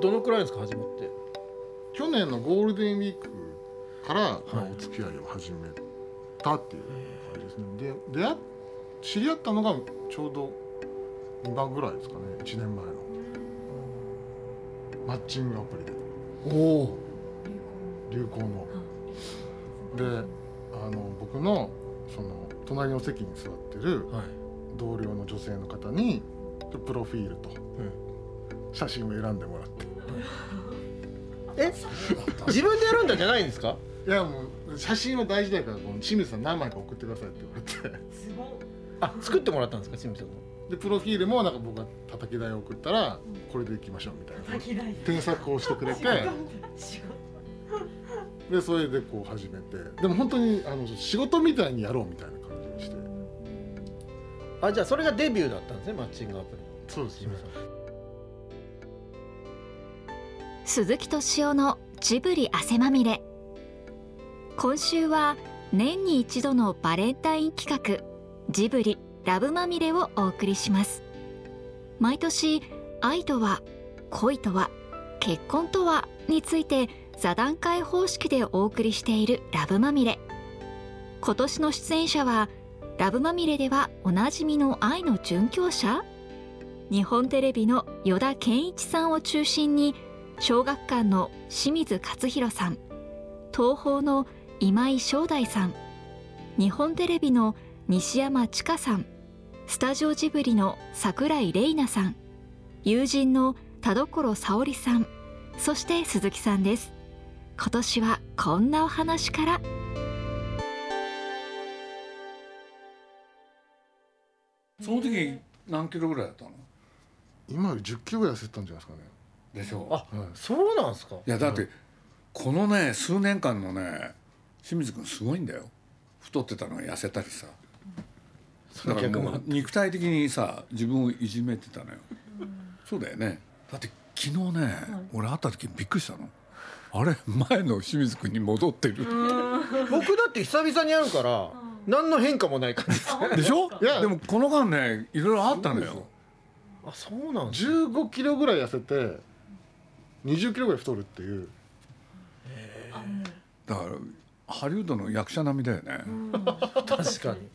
どのくらいですか始まって去年のゴールデンウィークから、まあはいお付き合いを始めたっていう感じですねで出会っ知り合ったのがちょうど今ぐらいですかね1年前のマッチングアプリでおお流行のであの僕のその隣の席に座ってるはい、同僚の女性の方にプロフィールとうん、写真を選んでもらってえ自分で選んだんじゃないんですかいやもう写真は大事だからこの清水さん何枚か送ってくださいって言われてすごっあ作ってもらったんですか清水さんのでプロフィールもなんか僕が叩き台を送ったらこれでいきましょうみたいな叩き台添削をしてくれて仕事でそれでこう始めてでも本当にあの仕事みたいにやろうみたいな感じにしてあじゃあそれがデビューだったんですねマッチングアプリそうですね鈴木敏夫のジブリ汗まみれ今週は年に一度のバレンタイン企画ジブリラブまみれをお送りします毎年愛とは恋とは結婚とはについて座談会方式でお送りしているラブまみれ今年の出演者はラブまみれではおなじみの愛の殉教者日本テレビの依田健一さんを中心に小学館の清水勝弘さん東宝の今井正大さん日本テレビの西山千佳さんスタジオジブリの桜井玲奈さん友人の田所沙織さんそして鈴木さんです今年はこんなお話からその時何キロぐらいだったの今より1 0キロぐらい痩せてたんじゃないですでしょうあかね、はいそうなんですかいやだってこのね数年間のね清水君すごいんだよ太ってたのは痩せたりさだからもう肉体的にさ自分をいじめてたのよそうだよねだって昨日ね、俺会った時びっくりしたのあれ前の清水君に戻ってる僕だって久々に会うから何の変化もない感じですでしょいやでもこの間ねいろいろあったのそうよあそうなんです1 5キロぐらい痩せて2 0キロぐらい太るっていうだからハリウッドの役者並みだよね、 確かに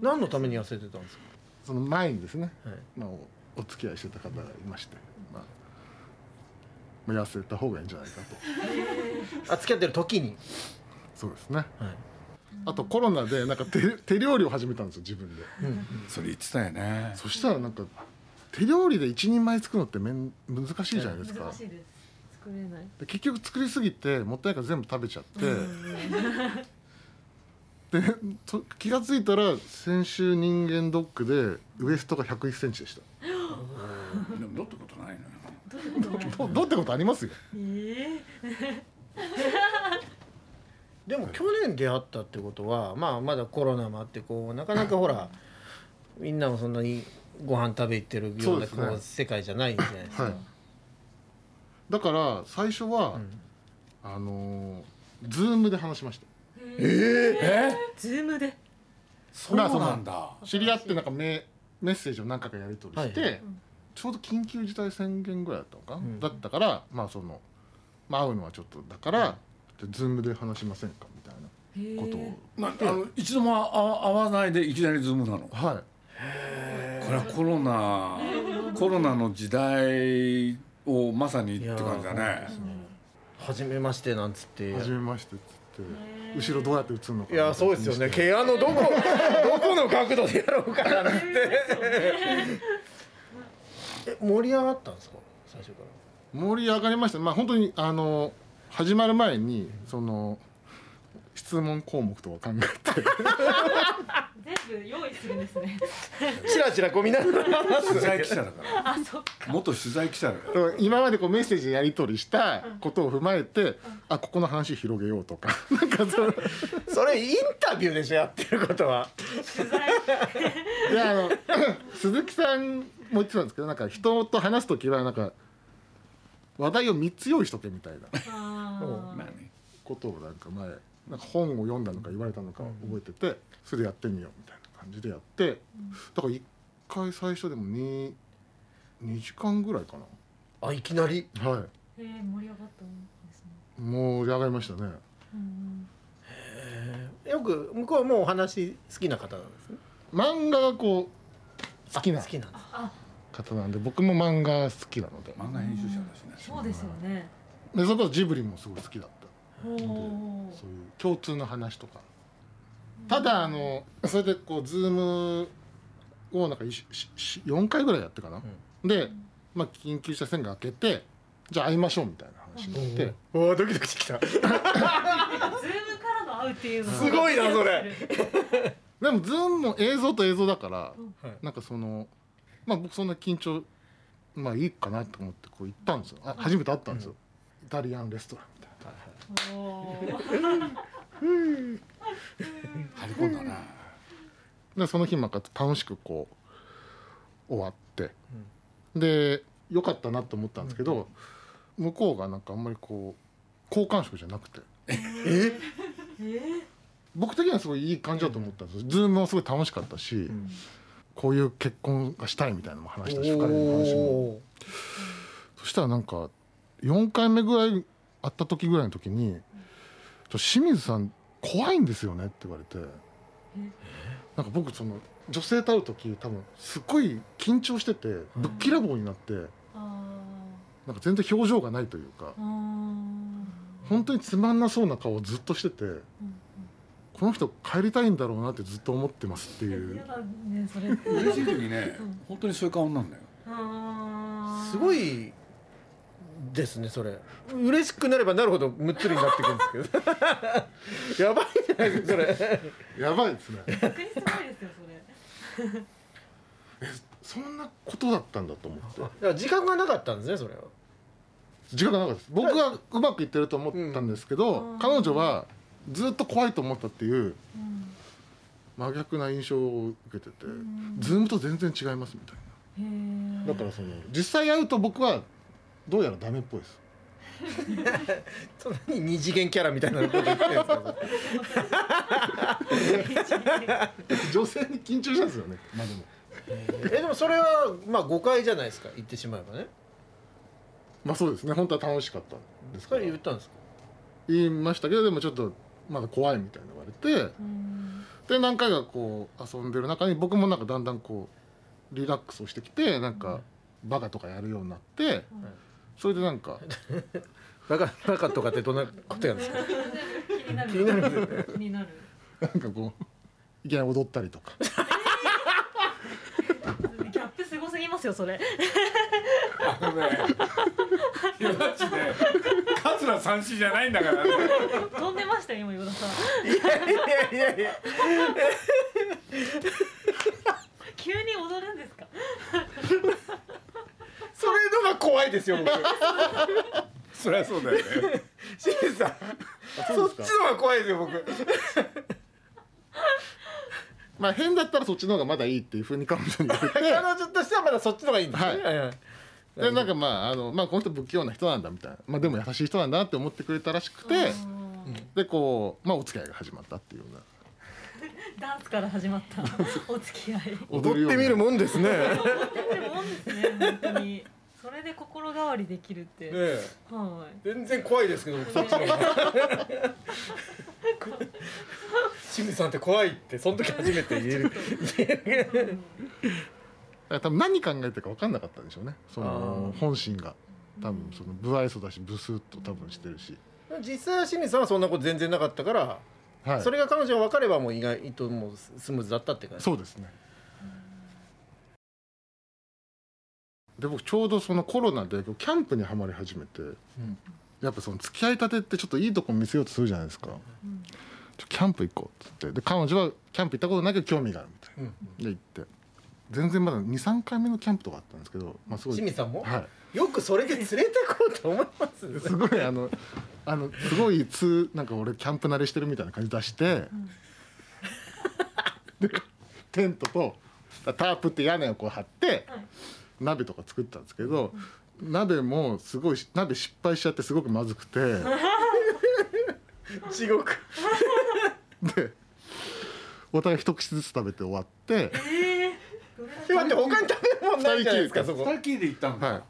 何のために痩せてたんですかその前にですね、はいまあ、おお付き合いしてた方がいまして、まあまあ、痩せた方がいいんじゃないかとあ付き合ってる時に、そうですねはいあとコロナでなんか手手料理を始めたんですよ自分でそれ言ってたよねそしたらなんか手料理で一人前作るのってめん難しいじゃないですか難しいです作れないで結局作りすぎてもったいないから全部食べちゃって でと気が付いたら先週人間ドックでウエストが1 0 1センチでしたでもどうってことないのよどういうことなどいどうってことありますよえでも去年出会ったってことは、まあ、まだコロナもあってこうなかなかほらみんなもそんなにご飯食べ行ってるよそううなですねこう世界じゃないんじゃないですか、はいだから最初は、んあのズームで話しましえーズームでそうなんだた知り合ってなんかメメッセージを何回かやり取りして、はちょうど緊急事態宣言ぐらいだったのかな、んだったからまあその、まあ、会うのはちょっとだから、じゃあズームで話しませんかみたいなことを、なあの一度もあ会わないでいきなりズームなのこはいれはコロナコロナの時代をまさにって感じだね初めましてなんつって初めましてっつって後ろどうやって映るのかいやそうですよ ね毛穴のどこどこの角度でやろうかなって え盛り上がったんですか最初から盛り上がりましたまあ本当にあの始まる前にその質問項目とか考えて全部用意するんですねチラチラこう見ながら取材記者だから あそっか元取材記者だから今までこうメッセージでやり取りしたことを踏まえて、あここの話広げようとか なんかその それインタビューでしょやってることは取材いやあの 鈴木さんも言ってたんですけどなんか人と話す時はなんか話題を3つ用意しとけみたいなあまあねことをなんか前なんか本を読んだのか言われたのか覚えててそれでやってみようみたいな感じでやってだから一回最初でも2 2時間ぐらいかなあいきなりはえー、盛り上がったんですね。いもう上がりましたねうんよく向こうはもうお話好きな方なんですね漫画がこう好きあな好きなんです方なんで僕も漫画好きなので漫画編集者だしねそうですよね。でそれこそジブリもすごい好きだったおそお。ういう共通の話とかただあ のそれでこうズームをなんかいししし4回ぐらいやってかな、で、まあ、緊急事態宣言開けてじゃあ会いましょうみたいな話になって、おおドキドキしてきたズームからの会うっていうのがすごいなそれ。でもズームも映像と映像だから、はいなんかそのまあ僕そんな緊張まあいいかなと思ってこう行ったんですよあ初めて会ったんですよ、イタリアンレストランみたいなお お。張り込んだなでその日もなんか楽しくこう終わって、で良かったなと思ったんですけど、向こうがなんかあんまりこう好感触じゃなくてええー、僕的にはすごいいい感じだと思ったんですよ、ズームもすごい楽しかったし、んこういう結婚がしたいみたいなのも話したしお彼の話もおそしたらなんか4回目ぐらい会った時ぐらいの時に「ちょ清水さん怖いんですよね」って言われてなんか僕その女性と会う時多分すっごい緊張しててぶっきらぼうになってあなんか全然表情がないというかーあー。本当につまんなそうな顔をずっとしててこの人帰りたいんだろうなってずっと思ってますってい やうだねそれって。嬉しい時にねうん本当にそういう顔なんだよあーすご。いですねそれ嬉しくなればなるほどむっつりになってくるんですけど やばいじゃないですかそれやばいですね逆にすごいですよそれ。そんなことだったんだと思ってだから時間がなかったんですねそれは自覚がなかったです僕はうまくいってると思ったんですけど、うん彼女はずっと怖いと思ったっていううん真逆な印象を受けてて、んズームと全然違いますみたいへーなだからその実際会うと僕はどうやらダメっぽいですそんなに二次元キャラみたいなこと言ってるんですか女性に緊張したんですよね まあでもそれ えでもそれはまあ誤解じゃないですか言ってしまえばねまあそうですね本当は楽しかったんですそかられ言ったんですか言いましたけどでもちょっとまだ怖いみたいな言われてうんで何回かこう遊んでる中に僕もなんかだんだんこうリラックスをしてきてなんかバカとかやるようになってそれでなんか バカバカとかってどんなことやんですか気になる。気になる。気になる。 なんかこういきなり踊ったりとかギャップすごすぎますよそれ。あのねよだちね桂三振じゃないんだからね 飛んでましたよ今与田さ ん。いやいやいや急に踊るんですか。それのが怖いですよ僕そりゃそうだよね清水さんそっちの方が怖いですよ僕まあ変だったらそっちの方がまだいいっていうふうに彼女に 言って彼女としてはまだそっちの方がいいんですね、はいはいはいでなんかまああの、まあ、この人不器用な人なんだみたいな、まあ、でも優しい人なんだって思ってくれたらしくて、うんでこう、まあ、お付き合いが始まったっていうようなダンスから始まったお付き合い。踊ってみるももんですね ねでも多いですね本当に。それで心変わりできるって。えは全然怖いですけど僕い。そっち清水さんって怖いってその時初めて言え る多分何考えてるか分かんなかったんでしょうねそのあー本心が多分その不愛想だしブスッと多分してるし、実際は清水さんはそんなこと全然なかったから、はい、それが彼女が分かればもう意外ともうスムーズだったって感じそうですねで僕ちょうどそのコロナでキャンプにはまり始めて、んやっぱその付き合いたてってちょっといいとこ見せようとするじゃないですか、ちょキャンプ行こうっつってで彼女はキャンプ行ったことないけど興味があるみたいな、で行って全然まだ23回目のキャンプとかあったんですけど、まあ、すごい清水さんも、はいよくそれで連れてこうと思いますねすごいあのあのすごい通なんか俺キャンプ慣れしてるみたいな感じ出して、でテントとタープって屋根をこう張って、はい鍋とか作ったんですけど、鍋もすごいし鍋失敗しちゃってすごくまずくて地獄でお互い一口ずつ食べて終わって、ええ待って他に食べるもんないじゃないですか 二そ二こ人きりで行ったんだはい、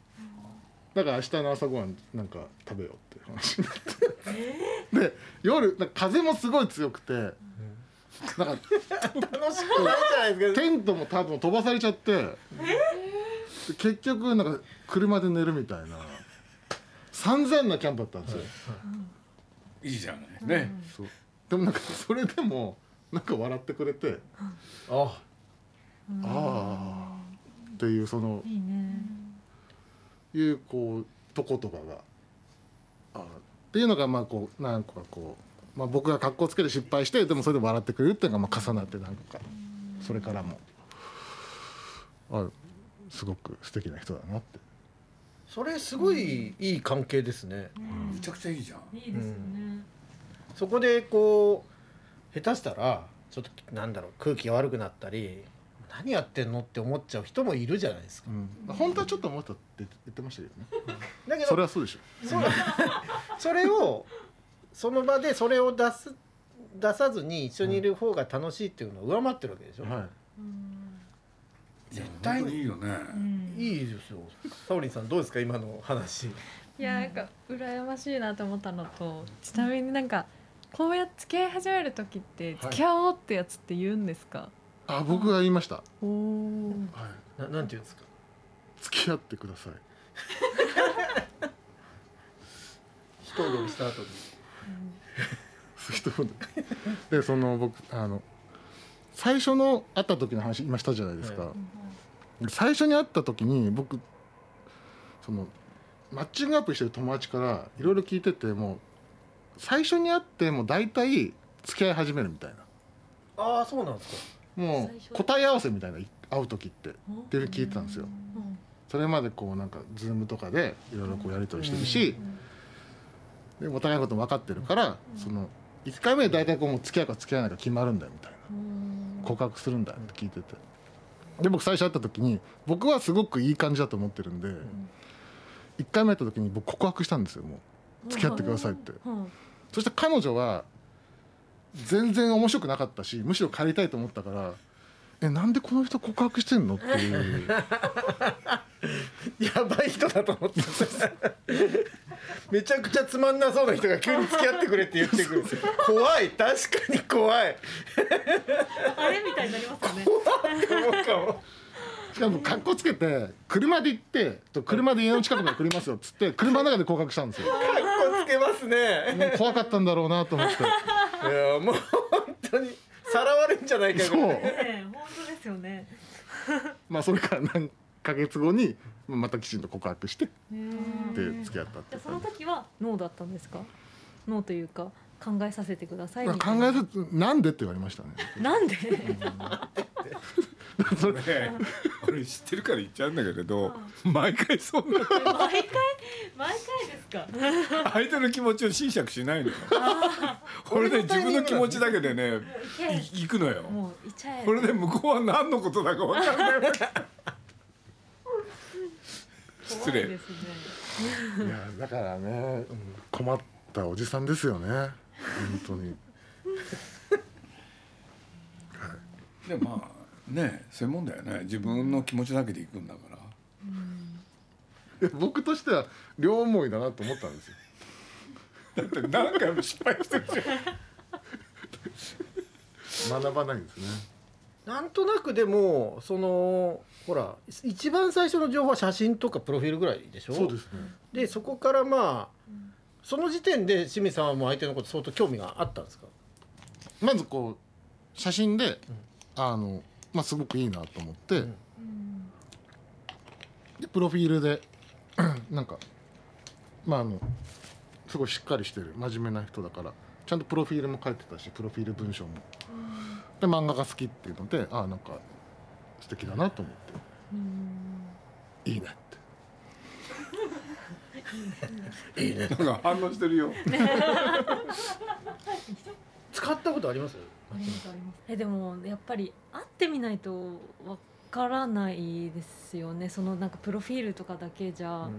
だから明日の朝ごはんなんか食べようって話になってで夜なんか風もすごい強くてなんか楽しくないじゃないですかテントも多分飛ばされちゃってで結局なんか車で寝るみたいな散々なキャンプだったんですよ、いいじゃないね、そうでもなんかそれでもなんか笑ってくれてあああっていうそのいいね。いうこうとことかがあっていうのがまあこう何個かこう、まあ、僕が格好つけて失敗してでもそれで笑ってくれるっていうのがまあ重なって何個かそれからもあすごく素敵な人だなってそれすごいいい関係ですねめちゃくちゃいいじゃんいいですね。そこでこう下手したらちょっとなんだろう空気が悪くなったり何やってんのって思っちゃう人もいるじゃないですかうん、本当はちょっと思ったって言ってましたけどねだけどそれはそうでしょそうそれをその場でそれを出す出さずに一緒にいる方が楽しいっていうのを上回ってるわけでしょ、はうん絶対にいいよね、うんい、いですよサオリンさんどうですか今の話いやなんか羨ましいなと思ったのとちなみになんかこうやって付き合い始める時って付き合おうってやつって言うんですか、あ僕が言いました、おおはい、ななんていうんですか付き合ってください一踊りした後にそういうとこ ででその僕あの最初の会った時の話今したじゃないですか、は最初に会った時に僕そのマッチングアップしてる友達からいろいろ聞いててもう最初に会ってもう大体付き合い始めるみたいなああそうなんですも最初う答え合わせみたいな会う時ってっていうの聞いてたんですようんそれまでこうなんかズームとかでいろいろこうやり取りしてるし、でお互いのこと分かってるから、その1回目で大体こうもう付き合うか付き合わないか決まるんだよみたいな。うん告白するんだって聞いてて、で僕最初会った時に僕はすごくいい感じだと思ってるんで、1回目会った時に僕告白したんですよもう付き合ってくださいって、うんそしたら彼女は全然面白くなかったしむしろ帰りたいと思ったからえなんでこの人告白してんのっていうかやばい人だと思ってためちゃくちゃつまんなそうな人が急に付き合ってくれって言ってくる怖い確かに怖いあれみたいになりますよね。思うかもしかも格好つけて車で行ってと車で家の近くまで来りますよっつって車の中で告白したんです よかっこつけますねもう怖かったんだろうなと思って。いやもう本当にさらわれんじゃ ないかぐらいそうねえ本当ですよね。まあそれから何ヶ月後にまたきちんと告白してでで付き合ったってその時はノーだったんですか。ノーというか考えさせてくださいまみあ考たいな。えずなんでって言われましたねな んで。それね 俺知ってるから言っちゃうんだけれど毎回そんな 毎回毎回ですか。相手の気持ちを侵釈しないのよ俺ね自分の気持ちだけでねい行くのよもういちゃえ。これで向こうは何のことだか分かんない失怖い礼ですね。いやだからねうん困ったおじさんですよね本当にでまあねそういうもんだよね自分の気持ちだけで行くんだからいや 僕としては両思いだなと思ったんですよだって何回も失敗してるじ学ばないんですねなんとなくでもそのほら一番最初の情報は写真とかプロフィールぐらいでしょすねでそこからまあその時点で清水さんはもう相手のこと相当興味があったんですかまずこう写真であのまあすごくいいなと思ってんでプロフィールで なんかまああのすごいしっかりしてる真面目な人だからちゃんとプロフィールも書いてたしプロフィール文章もで漫画が好きっていうのでああんか素敵だなと思っていいねってゃんなんか反応してるよ使ったことありますえでもやっぱり会ってみないとわからないですよね。そのなんかプロフィールとかだけじゃ。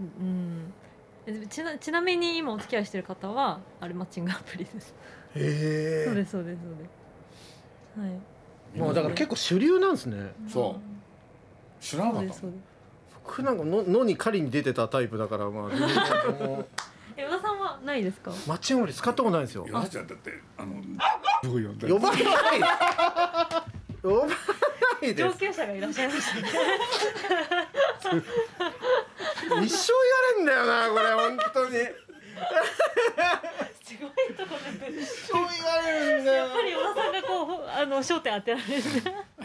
うん。えちなちなみに今お付き合いしてる方はあれマッチングアプリです。へそうえですそうですそうです。はい。もうだから結構主流なんですねそう知らなそかうっでたすそうです。僕なんかののに狩りに出てたタイプだからまあ全然もう江田さんはないですかマッチング俺使ったことないんですよヨナちゃんだってあの僕呼んだ呼ばない呼ばないで上す級者がいらっしゃいましたね一生やれんだよなこれ本当にすごいところで一生言われるんだやよっぱり小田さんがこうあの焦点当てられる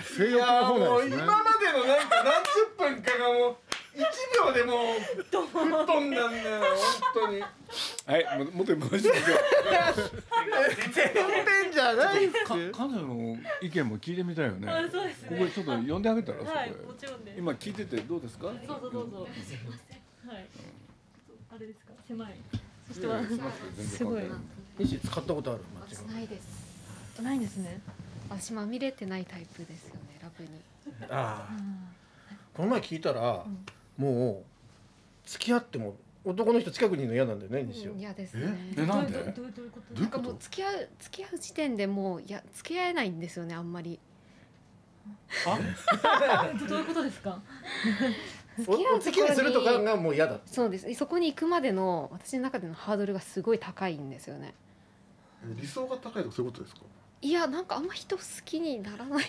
性い欲のや方もなうんで今までのなんすねか何十分かがもう1秒でもう吹っ飛んだんだよ本当にはいも元に戻してみましょ全然じゃないっうか彼女の意見も聞いてみたいよねあそうですねここちょっと呼んであげたらそこへはいもちろんです今聞いててどうですかどうぞどうぞすいませんはいあれですか狭いそしていやはいやしますよ全然関係ないすごい西使ったことあるマッチ私ングないですないんですね私まみれてないタイプですよねラブにああこの前聞いたら、もう付き合っても男の人近くにいるの嫌なんだよね西尾、嫌ですねえなんどうでどうどういうことどういなうんかこもうと付き合う付き合う時点でもういや付き合えないんですよねあんまりどういうことですか付おお付き合いするとかがもう嫌だってそうですそこに行くまでの私の中でのハードルがすごい高いんですよね理想が高いとかそういうことですかいやなんかあんま人好きにな らない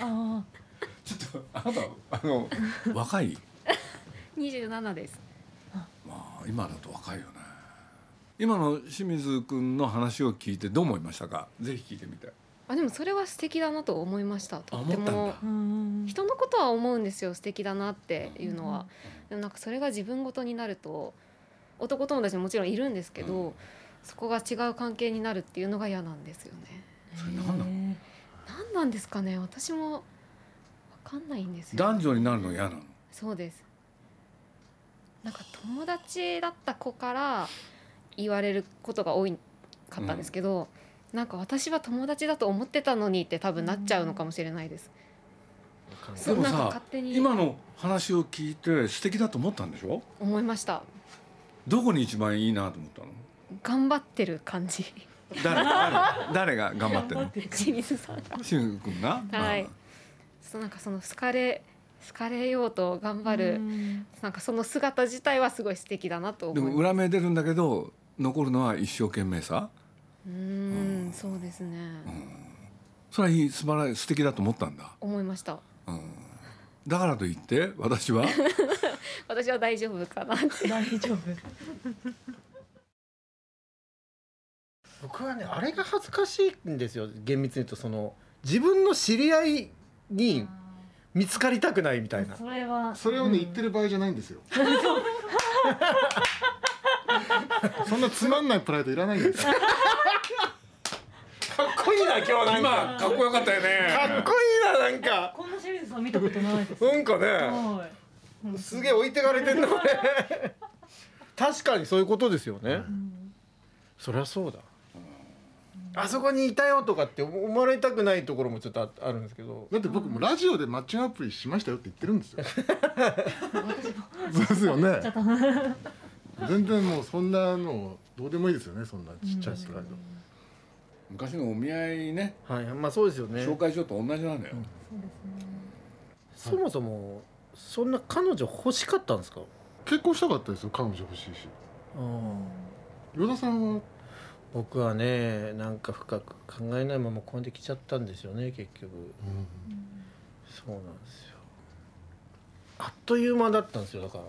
あちょっとあなたあ の若い27ですまあ今だと若いよね今の清水君の話を聞いてどう思いましたかぜひ聞いてみたいあでもそれは素敵だなと思いましたとってあ思っもたんだあうん人のことは思うんですよ素敵だなっていうのは、でもなんかそれが自分ごとになると男友達ももちろんいるんですけど、うんそこが違う関係になるっていうのが嫌なんですよねそれ何なのの何なんですかね私もわかんないんですよ男女になるの嫌なのそうですなんか友達だった子から言われることが多いかったんですけど、なんか私は友達だと思ってたのにって多分なっちゃうのかもしれないです、でもなんかさ勝手に今の話を聞いて素敵だと思ったんでしょ思いましたどこに一番いいなと思ったの頑張ってる感じ誰誰誰が頑張ってる の清水さん清水君がはいまそうなんかその好かれ好かれようと頑張る、うんなんかその姿自体はすごい素敵だなとあで思いもます裏目出るんだけど残るのは一生懸命さうーんそうですね、それはいい素晴らしい素敵だと思ったんだ思いましただからといって 私は私は大丈夫かなっ て大丈夫僕はねあれが恥ずかしいんですよ厳密に言うとその自分の知り合いに見つかりたくないみたいなそれはそれをね言ってる場合じゃないん ですよ そんなつまんないプライドいらないんですよ かっこいいな今日なん今かかっこよかったよねかっこいいななんかこんな清水さん見たことないですなんかねはいすげえ置いてかれてんの俺確かにそういうことですよね、そりゃそうだ、あそこにいたよとかって思われたくないところもちょっとああるんですけどだって僕もラジオでマッチングアプリしましたよって言ってるんですよそうですよね全然もうそんなのどうでもいいですよねそんなちっちゃいプライド、昔のお見合いねはいまあそうですよね紹介状と同じなんだよ、そもそもそんな彼女欲しかったんですか結婚したかったですよ彼女欲しいし与田さんは僕はねなんか深く考えないままこんできちゃったんですよね結局そうなんですよあっという間だったんですよだから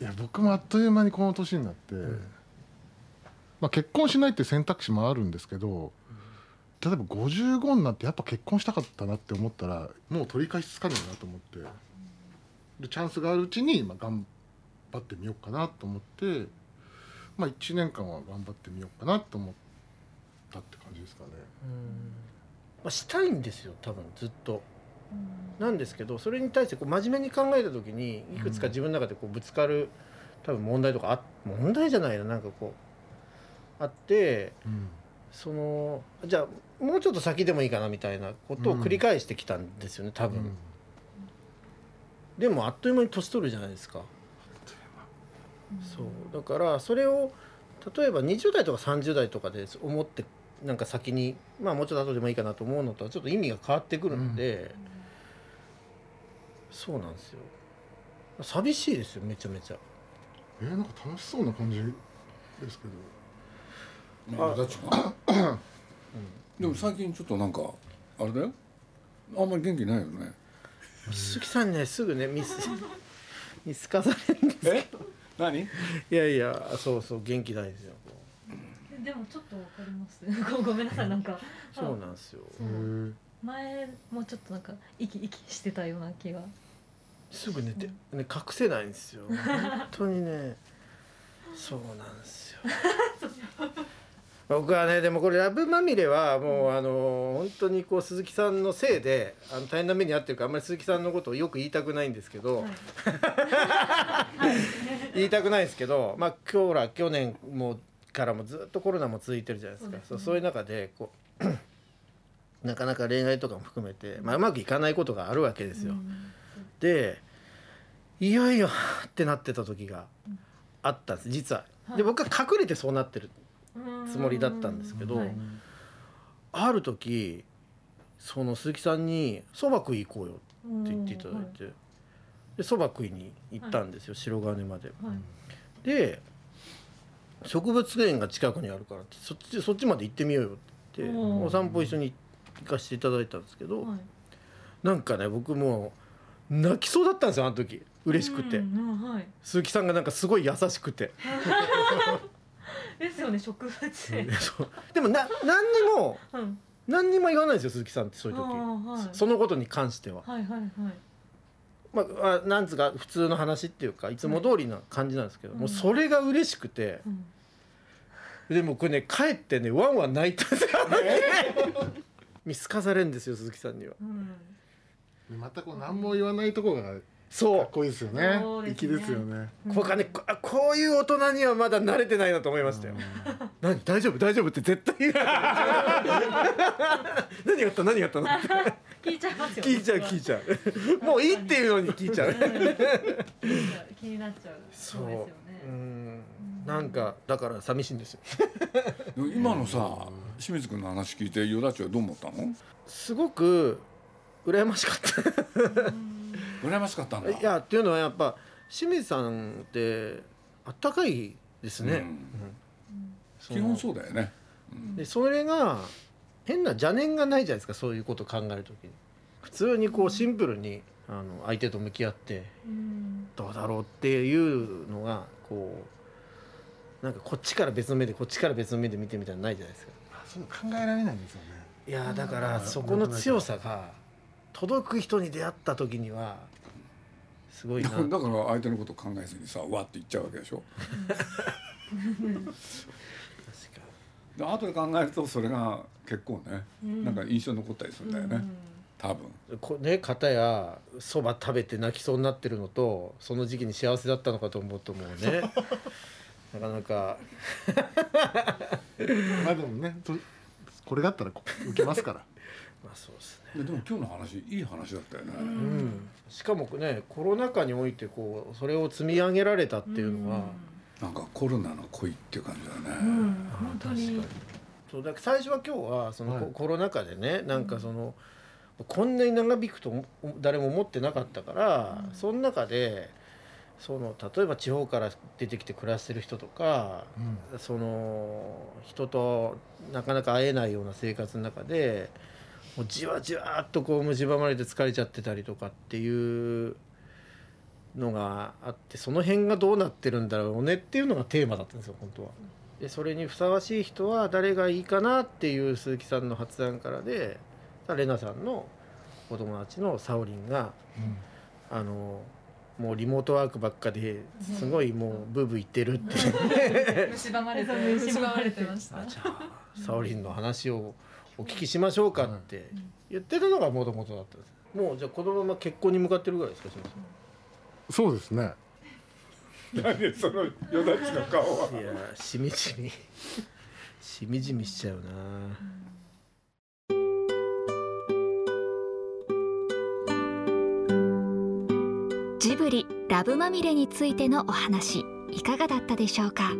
いや僕もあっという間にこの年になって、まあ、結婚しないっていう選択肢もあるんですけど例えば55になってやっぱ結婚したかったなって思ったらもう取り返しつかないなと思ってでチャンスがあるうちに、まあ、頑張ってみようかなと思って、まあ、1年間は頑張ってみようかなと思ったって感じですかね。まあ、したいんですよ多分ずっと。なんですけどそれに対してこう真面目に考えた時にいくつか自分の中でこうぶつかる多分問題とかあ問題じゃないななんかこうあってそのじゃあもうちょっと先でもいいかなみたいなことを繰り返してきたんですよね多分、うんでもあっという間に年取るじゃないですかそうだからそれを例えば20代とか30代とかで思ってなんか先にまあもうちょっと後でもいいかなと思うのとはちょっと意味が変わってくるので、そうなんですよ寂しいですよめちゃめちゃえー、なんか楽しそうな感じですけど目立ちがでも最近ちょっとなんかあれだよあんまり元気ないよね鈴木さんねすぐねミス 見透かされるんですえ何いやいやそうそう元気ないですよこでもちょっとわかります。ご ごめんなさいなんかうそうなんですよそうへ前もちょっとなんか息息してたような気が。すぐ寝て、ね、隠せないんです よ本当にねそうなんです よ僕はねでもこれ「ラブまみれ」はもう、あの本当にこう鈴木さんのせいであの大変な目に遭ってるからあんまり鈴木さんのことをよく言いたくないんですけど、はい言いたくないですけどまあ今日ら去年もからもずっとコロナも続いてるじゃないですかそそううですねそういう中でこう なかなか恋愛とかも含めて、まあ、うまくいかないことがあるわけですよ。うんでいよいよってなってた時があったんです実は。はいで僕は隠れてそうなってるつもりだったんですけど、はいある時その鈴木さんに「そば食い行こうよ」って言っていただいてでそば食いに行ったんですよ、白金まで。うんはいで植物園が近くにあるからってそっちそっちまで行ってみようよって言っておーお散歩一緒に行かせていただいたんですけど、はいなんかね僕もう泣きそうだったんですよあの時嬉しくて、うんうんはい。鈴木さんがなんかすごい優しくて。ですよね植物園。 そうでもな何にもうん何にも言わないんですよ鈴木さんってそういう時、あーはいそそのことに関しては、はいはいはい。まあ、あなんつうか普通の話っていうかいつも通りな感じなんですけど、うんもうそれが嬉しくてうんでもこれね帰ってねワンワン泣いたん ですよ、見透かされるんですよ鈴木さんにはうんまたこう何も言わないとこがかそっうこいいですよねそうです粋ねですよね僕はねこあこういう大人にはまだ慣れてないなと思いましたよ「何大丈夫大丈夫」って絶対言う 何があった何があったの?」って聞いちゃいますよね。聞いちゃう聞いちゃうもういいっていうのに聞いちゃううん気になっちゃう。そうですよね。うんなんかだから寂しいんですよでも今のさ清水君の話聞いて与田町はどう思ったのすごく羨ましかった羨ましかったんだいやっていうのはやっぱ清水さんってあったかいですね、うん基本そうだよねうでそれが変な邪念がないじゃないですかそういうこと考える時に普通にこうシンプルにあの相手と向き合ってうんどうだろうっていうのがこうなんかこっちから別の目でこっちから別の目で見てみたいなのないじゃないですかそういうの考えられないんですよねいやーだからそこの強さが届く人に出会った時にはすごいだなからだから相手のこと考えずにさわって言っちゃうわけでしょで後で考えるとそれが結構ね、うんなんか印象に残ったりするんだよね、うん多分こね、片やそば食べて泣きそうになってるのとその時期に幸せだったのかと思うともうねなかなかまあでもねと これだったらこ受けますからまあそうですねででも今日の話いい話だったよね、うん、しかもねコロナ禍においてこうそれを積み上げられたっていうのは、なんかコロナの恋っていう感じだね、うんうん本当にそうだから最初は今日はそのコ,、はいコロナ禍でねなんかその、こんなに長引くとも誰も思ってなかったから、その中でその例えば地方から出てきて暮らしてる人とか、うんその人となかなか会えないような生活の中でもうじわじわっとこう蝕まれて疲れちゃってたりとかっていうのがあってその辺がどうなってるんだろうねっていうのがテーマだったんですよ本当は。でそれにふさわしい人は誰がいいかなっていう鈴木さんの発案からでレナさんのお友達のサオリンがあのもうリモートワークばっかですごいもうブーブー言ってるっていう蝕まれて そう蝕まれてましたあじゃあサオリンの話をお聞きしましょうかって言ってたのがもともとだったんですもうじゃあこのまま結婚に向かってるぐらいですか島そうですね 何そのよだちの顔はさんいやーしみじみ しみじみしちゃうなジブリラブまみれについてのお話いかがだったでしょうか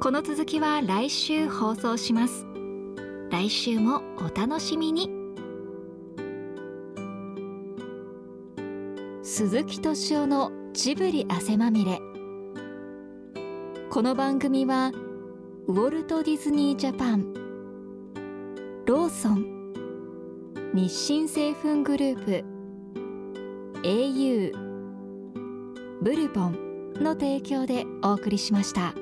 この続きは来週放送します来週もお楽しみに鈴木敏夫のジブリ汗まみれこの番組はウォルト・ディズニー・ジャパンローソン日清製粉グループ au ブルボンの提供でお送りしました。